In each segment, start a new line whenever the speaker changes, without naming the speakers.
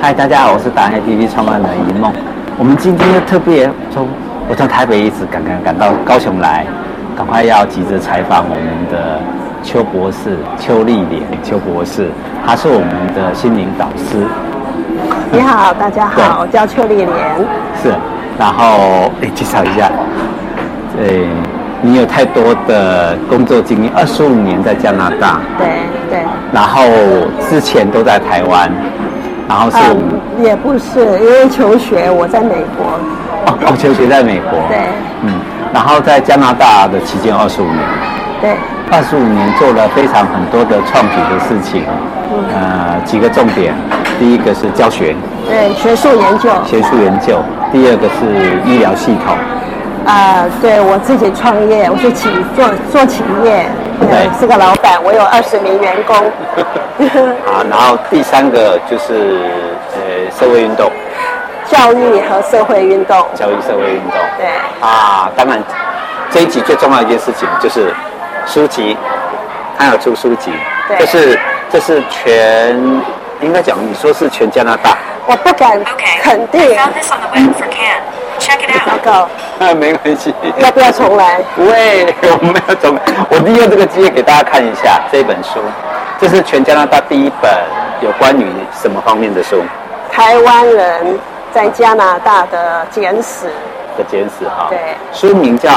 嗨，大家好，我是达人 APP 创办人一梦。我们今天特别从我从台北一直赶赶赶到高雄来，赶快要急着采访我们的邱博士邱丽莲邱博士，他是我们的心灵导师，
你好，大家好，
对
我叫邱丽莲。
是。然后诶，介绍一下，诶，你有太多的工作经历，二十五年在加拿大，
对对，
然后之前都在台湾，然后是我们、
嗯，也不是，因为求学我在美国，
哦，哦求学在美国，
对
嗯，然后在加拿大的期间二十五年，
对
二十五年做了非常很多的创举的事情，
嗯
呃，几个重点，第一个是教学、
对，学术研究，
学术研究，第二个是医疗系统，
呃，对我自己创业，我是企做做企业，
对
对，是个老板，我有二十名员工。嗯
啊，然后第三个就是呃社会运动，
教育和社会运动，
教育社会运动，
对
啊，当然这一集最重要的一件事情就是书籍，他有出书籍，
对
这是这是全应该讲你说是全加拿大。
我不敢
Okay.
肯
I
定，
found this on the web for can. Check it
那
out.
个
啊，没关系。
要不要重来？
不会，我没有总，我利用这个机会给大家看一下这本书，这是全加拿大第一本有关于什么方面的书
台湾人在加拿大的简史，
的简史哈。
对
书名叫《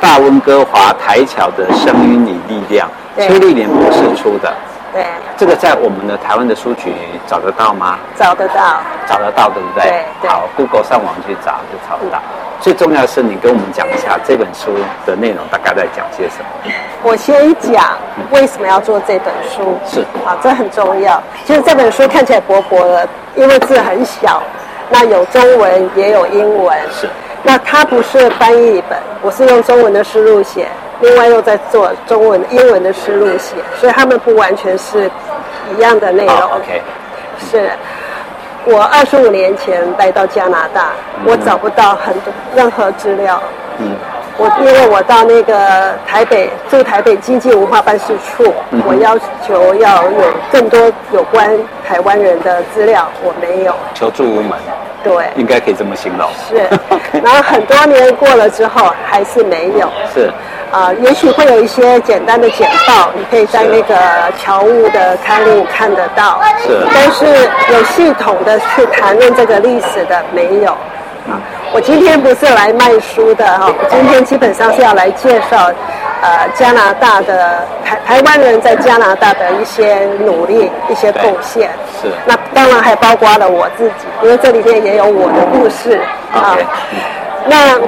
大温哥华台侨的声音与力量》，
对
邱丽莲博士出的。
对，
这个在我们的台湾的书局找得到吗？
找得到。
找得到，对不对？
对对
好，Google 上网去找就找得到。最重要的是，你跟我们讲一下这本书的内容大概在讲些什么。
我先讲为什么要做这本书，
是
啊，这很重要。其实这本书看起来薄薄的，因为字很小，那有中文也有英文，
是。
那它不是翻译本，我是用中文的思路写，另外又在做中文、英文的思路写，所以他们不完全是一样的内容。
好，OK，啊
是我二十五年前来到加拿大，我找不到很多任何资料。
嗯，
我因为我到那个台北驻台北经济文化办事处，
嗯
我要求要有更多有关台湾人的资料，我没有。
求助无门，
对，
应该可以这么形容。
是。然后很多年过了之后，还是没有。
是，
啊，也许会有一些简单的简报，你可以在那个侨务的刊物看得到。
是
但是有系统的去谈论这个历史的没有。啊，我今天不是来卖书的哈、我今天基本上是要来介绍，呃，加拿大的台台湾人在加拿大的一些努力、一些贡献。
对是
那当然还包括了我自己，因为这里面也有我的故事啊。
OK
那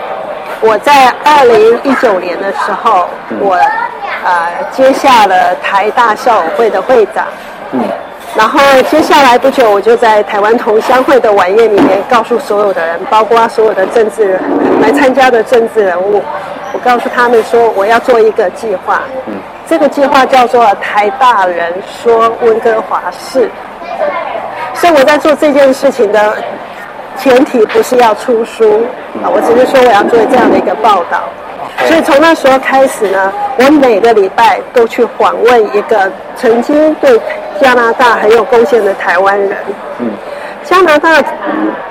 我在二零一九年的时候，
嗯
我呃接下了台大校友会的会长。
嗯，
然后接下来不久，我就在台湾同乡会的晚宴里面，告诉所有的人，包括所有的政治人来参加的政治人物，我告诉他们说，我要做一个计划。嗯，这个计划叫做“台大人说温哥华事”。所以我在做这件事情的前提不是要出书啊，我只是说我要做这样的一个报道。所以从那时候开始呢，我每个礼拜都去访问一个曾经对加拿大很有贡献的台湾人。嗯，加拿大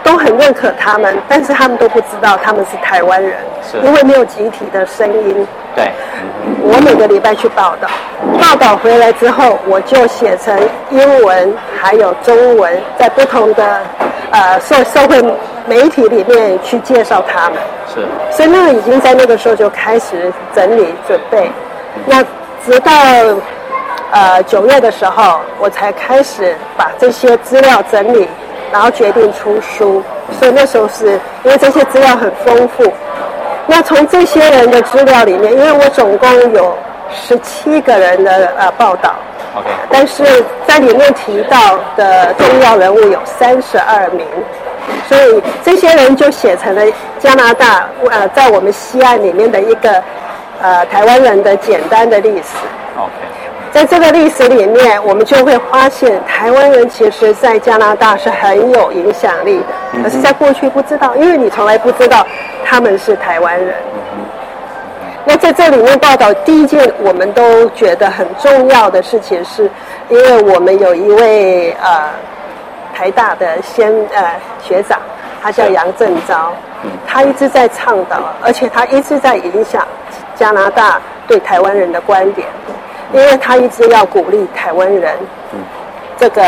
都很认可他们，但是他们都不知道他们是台湾人
是，
因为没有集体的声音。
对，嗯
我每个礼拜去报道，报道回来之后，我就写成英文还有中文，在不同的呃社社会媒体里面去介绍他们。
是，
所以那个已经在那个时候就开始整理准备。那直到呃九月的时候，我才开始把这些资料整理，然后决定出书。所以那时候是因为这些资料很丰富。那从这些人的资料里面，因为我总共有十七个人的呃报道
OK
但是在里面提到的重要人物有三十二名，所以这些人就写成了加拿大呃在我们西岸里面的一个呃台湾人的简单的历史。
，OK，
在这个历史里面，我们就会发现，台湾人其实在加拿大是很有影响力的，可是在过去不知道，因为你从来不知道他们是台湾人。那在这里面报道，第一件我们都觉得很重要的事情是，因为我们有一位呃台大的先呃学长，他叫杨振昭，他一直在倡导，而且他一直在影响加拿大对台湾人的观点，因为他一直要鼓励台湾人这个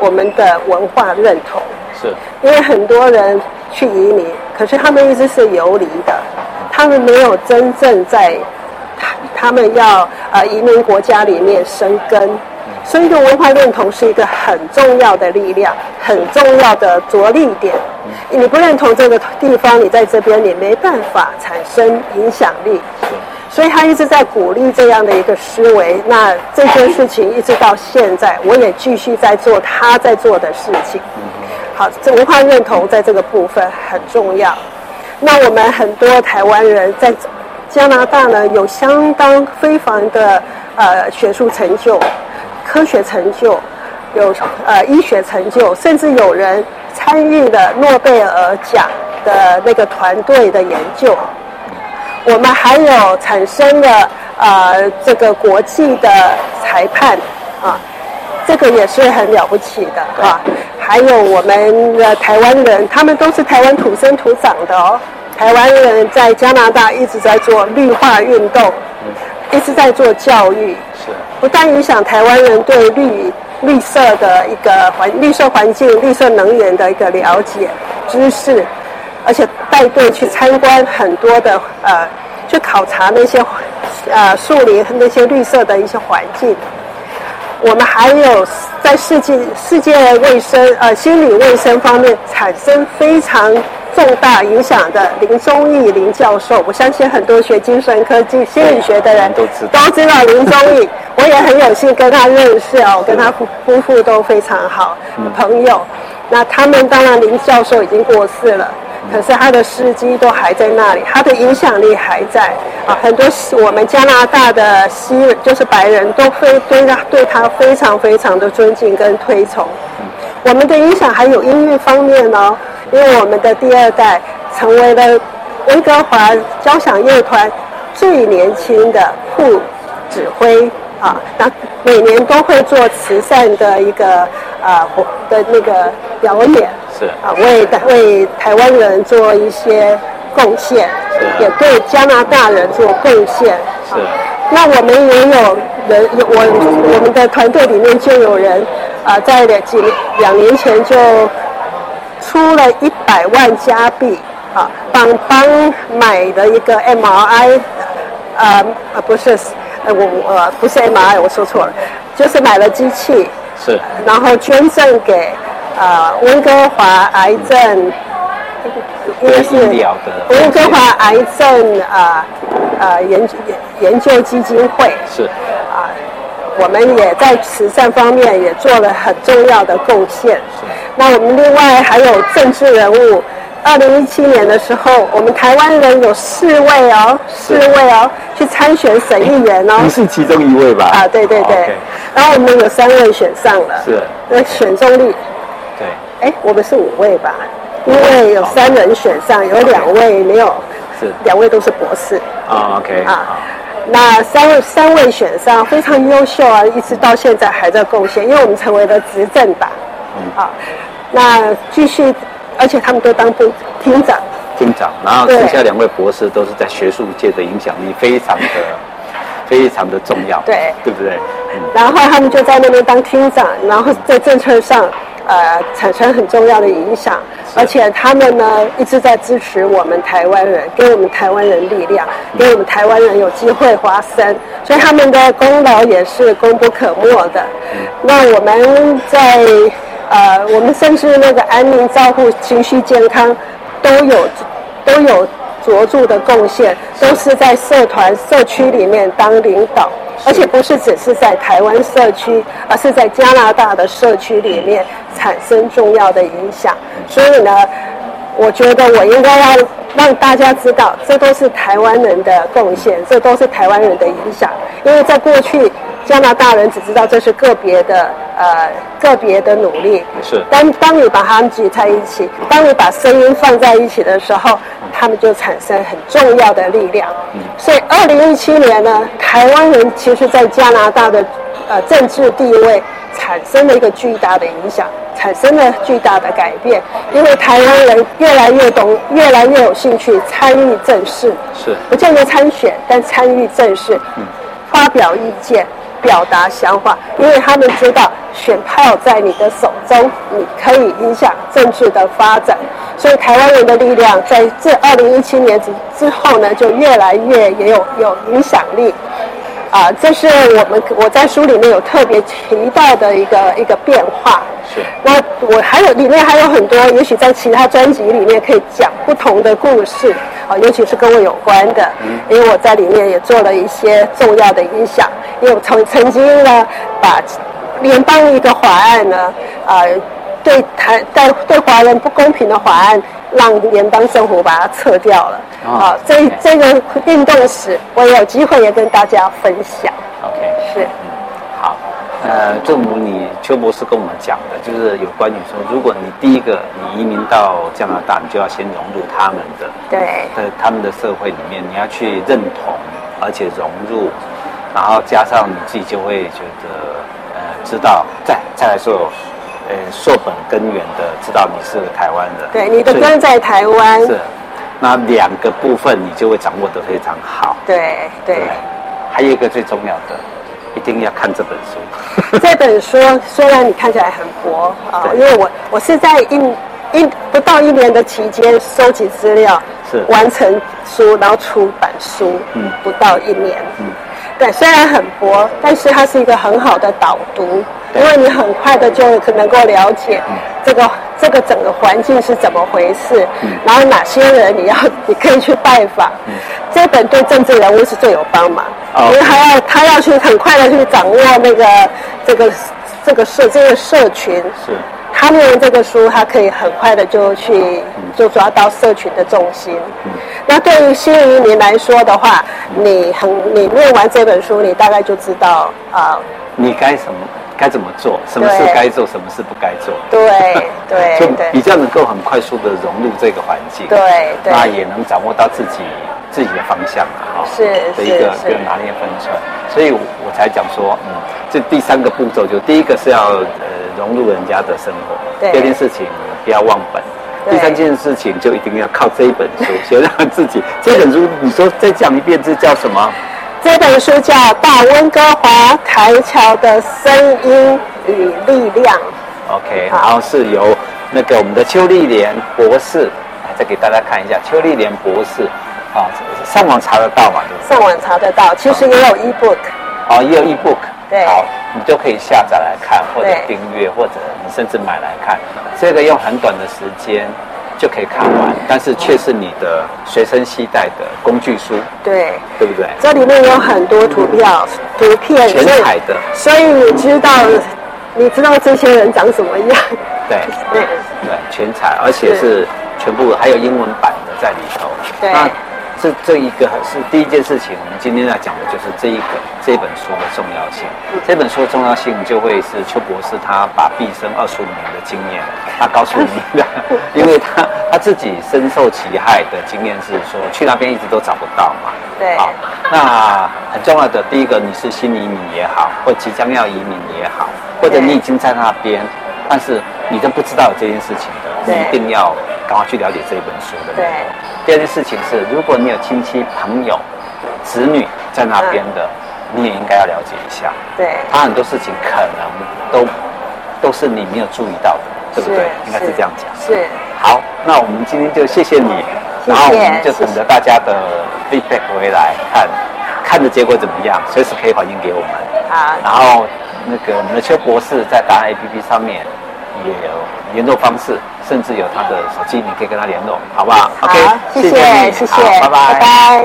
我们的文化认同。
是
因为很多人去移民，可是他们一直是游离的，他们没有真正在他他们要呃移民国家里面生根，所以这个文化认同是一个很重要的力量，很重要的着力点。你不认同这个地方，你在这边你没办法产生影响力。所以他一直在鼓励这样的一个思维。那这件事情一直到现在，我也继续在做他在做的事情。好，这文化认同在这个部分很重要。那我们很多台湾人在加拿大呢，有相当非凡的呃学术成就、科学成就，有呃医学成就，甚至有人参与了诺贝尔奖的那个团队的研究。我们还有产生了呃这个国际的裁判啊，这个也是很了不起的啊。还有我们的台湾人，他们都是台湾土生土长的哦。台湾人在加拿大一直在做绿化运动，一直在做教育，
是
不但影响台湾人对绿绿色的一个环、绿色环境、绿色能源的一个了解、知识，而且带队去参观很多的呃，去考察那些呃树林和那些绿色的一些环境。我们还有在世界世界卫生呃心理卫生方面产生非常重大影响的林宗义林教授，我相信很多学精神科技心理学的人
都知道
都知道林宗 义，我也很有幸跟他认识哦，我跟他夫夫妇都非常好
嗯
朋友。那他们当然林教授已经过世了。
嗯
可是他的司机都还在那里，他的影响力还在啊！很多西我们加拿大的西人，就是白人，都非对他对他非常非常的尊敬跟推崇。我们的影响还有音乐方面哦，因为我们的第二代成为了温哥华交响乐团最年轻的副指挥啊，那每年都会做慈善的一个啊、活的那个表演，
是
啊，为为台湾人做一些贡献，
是
也对加拿大人做贡献，
是
那我们也有人，有我我们的团队里面就有人，啊、在两几两年前就出了一百万加币啊，帮帮买的一个 MRI，呃呃不是，呃我我呃不是 MRI，我说错了，就是买了机器，
是
然后捐赠给呃温哥华癌症，因为是
对医疗的
温哥华癌症啊呃研研究基金会，
是
我们也在慈善方面也做了很重要的贡献。那我们另外还有政治人物，二零一七年的时候，我们台湾人有四位哦，四位哦，去参选省议员哦。
你是其中一位吧？
啊，对对对
哦
OK
然后我们有三位选上了，
是，
那选中率
哦对
哎，我们是五位吧？因为有三人选上，有两位没有，
是
两位都是博士
啊 OK
啊。那三位三位选上非常优秀啊，一直到现在还在贡献，因为我们成为了执政党啊。那继续，而且他们都当部厅长，
厅长，然后
对
剩下两位博士都是在学术界的影响力非常的 非常的重要，
对
对不对？嗯，
然后他们就在那边当厅长，然后在政策上呃产生很重要的影响，而且他们呢一直在支持我们台湾人，给我们台湾人力量，给我们台湾人有机会发声，所以他们的功劳也是功不可没的。那我们在呃，我们甚至那个安宁照护、情绪健康都有都有卓著的贡献，都是在社团、社区里面当领导，而且不是只是在台湾社区，而是在加拿大的社区里面产生重要的影响。所以呢，我觉得我应该要让大家知道，这都是台湾人的贡献，这都是台湾人的影响。因为在过去，加拿大人只知道这是个别的呃个别的努力，
是
当当你把他们聚在一起，当你把声音放在一起的时候，他们就产生很重要的力量。所以，二零一七年呢，台湾人其实在加拿大的呃政治地位产生了一个巨大的影响，产生了巨大的改变，因为台湾人越来越懂，越来越有兴趣参与政事，
是
不见得参选，但参与政事，发表意见，表达想法，因为他们知道选票在你的手中，你可以影响政治的发展。所以台湾人的力量在这二零一七年之之后呢，就越来越也有有影响力。啊，这是我们我在书里面有特别提到的一个一个变化。
是
我我还有里面还有很多，也许在其他专辑里面可以讲不同的故事啊，尤其是跟我有关的，因为我在里面也做了一些重要的影响，因为我曾曾经呢把联邦一个法案呢啊。对台对对华人不公平的法案，让联邦政府把它撤掉了。
哦
啊，这这个运动史，我有机会也跟大家分享。
OK。
是，
好，呃，正如你邱博士跟我们讲的，就是有关于说，如果你第一个你移民到加拿大，你就要先融入他们的，
对
在他们的社会里面，你要去认同，而且融入，然后加上你自己就会觉得，呃，知道再再来说，呃，溯本根源的，知道你是个台湾人，
对，你的
所以
根在台湾。
是，那两个部分你就会掌握得非常好，
对对，
还有一个最重要的，一定要看这本 书。
这本书虽然你看起来很薄啊，
对
因为我我是在一一不到一年的期间收集资料，
是
完成书，然后出版书，
嗯
不到一年，嗯，对，虽然很薄，但是它是一个很好的导读，
对嗯
因为你很快的就可能够了解这个、这个整个环境是怎么回事，
嗯
然后哪些人你要你可以去拜访，这本对政治人物是最有帮忙，
哦
因为他要他要去很快的去掌握那个这个这个社这个社群。
是
他念完这个书，他可以很快的就去就抓到社群的重心。那对于新移民来说的话，你很你念完这本书，你大概就知道啊、
你该什么该怎么做，什么事
对
该做，什么事不该做，
对对
就比
对
较能够很快速的融入这个环境，
对对
那也能掌握到自己自己的方向啊，哈
是
的一
是
个
是
一个拿捏分寸，所以我我才讲说，嗯，这第三个步骤就第一个是要呃融入人家的生活，
对
第二件事情不要忘本。
对
第三件事情就一定要靠这一本书，先让自己这本书，你说再讲一遍，这叫什么？
这本书叫《大温哥华台桥的声音与力量》。
OK，
好
然后是由那个我们的邱丽莲博士，啊再给大家看一下邱丽莲博士，啊，上网查得到嘛，对不对？
上网查得到，其实也有 e ebook。
哦，也有 ebook，
对
好，你就可以下载来看，或者
对
订阅，或者你甚至买来看，这个用很短的时间就可以看完，但是却是你的随身携带的工具书，
对，
对不对？
这里面有很多图票、图片，
全
所以
彩的
所以你知道，你知道这些人长什 么样。
对
对
对，全彩，而且是全部还有英文版的在里头。
对
那这这一个是第一件事情，我们今天要讲的就是这一个这本书的重要性。
嗯
这本书的重要性就会是邱博士他把毕生二十五年的经验，他告诉你 的，因为他他自己深受其害的经验是说，去那边一直都找不到嘛。
对
好，那很重要的第一个，你是新移民也好，或即将要移民也好，或者
对
你已经在那边，但是你都不知道这件事情的，你
对
一定要赶快去了解这一本书的。
对。
第二件事情是，如果你有亲戚朋友、子女在那边的，
嗯
你也应该要了解一下，
对
他很多事情可能都都是你没有注意到的，对不对
是？
应该是这样讲。
是，
好，那我们今天就谢谢你，
谢谢
然后我们就等着大家的 feedback 回来看，看的结果怎么样，随时可以反映给我们。
好
然后那个我们的邱博士在答案 APP 上面也有联络方式，甚至有他的手机，你可以跟他联络，好不好？OK，
好，谢谢，
你
谢谢
好，，拜
拜拜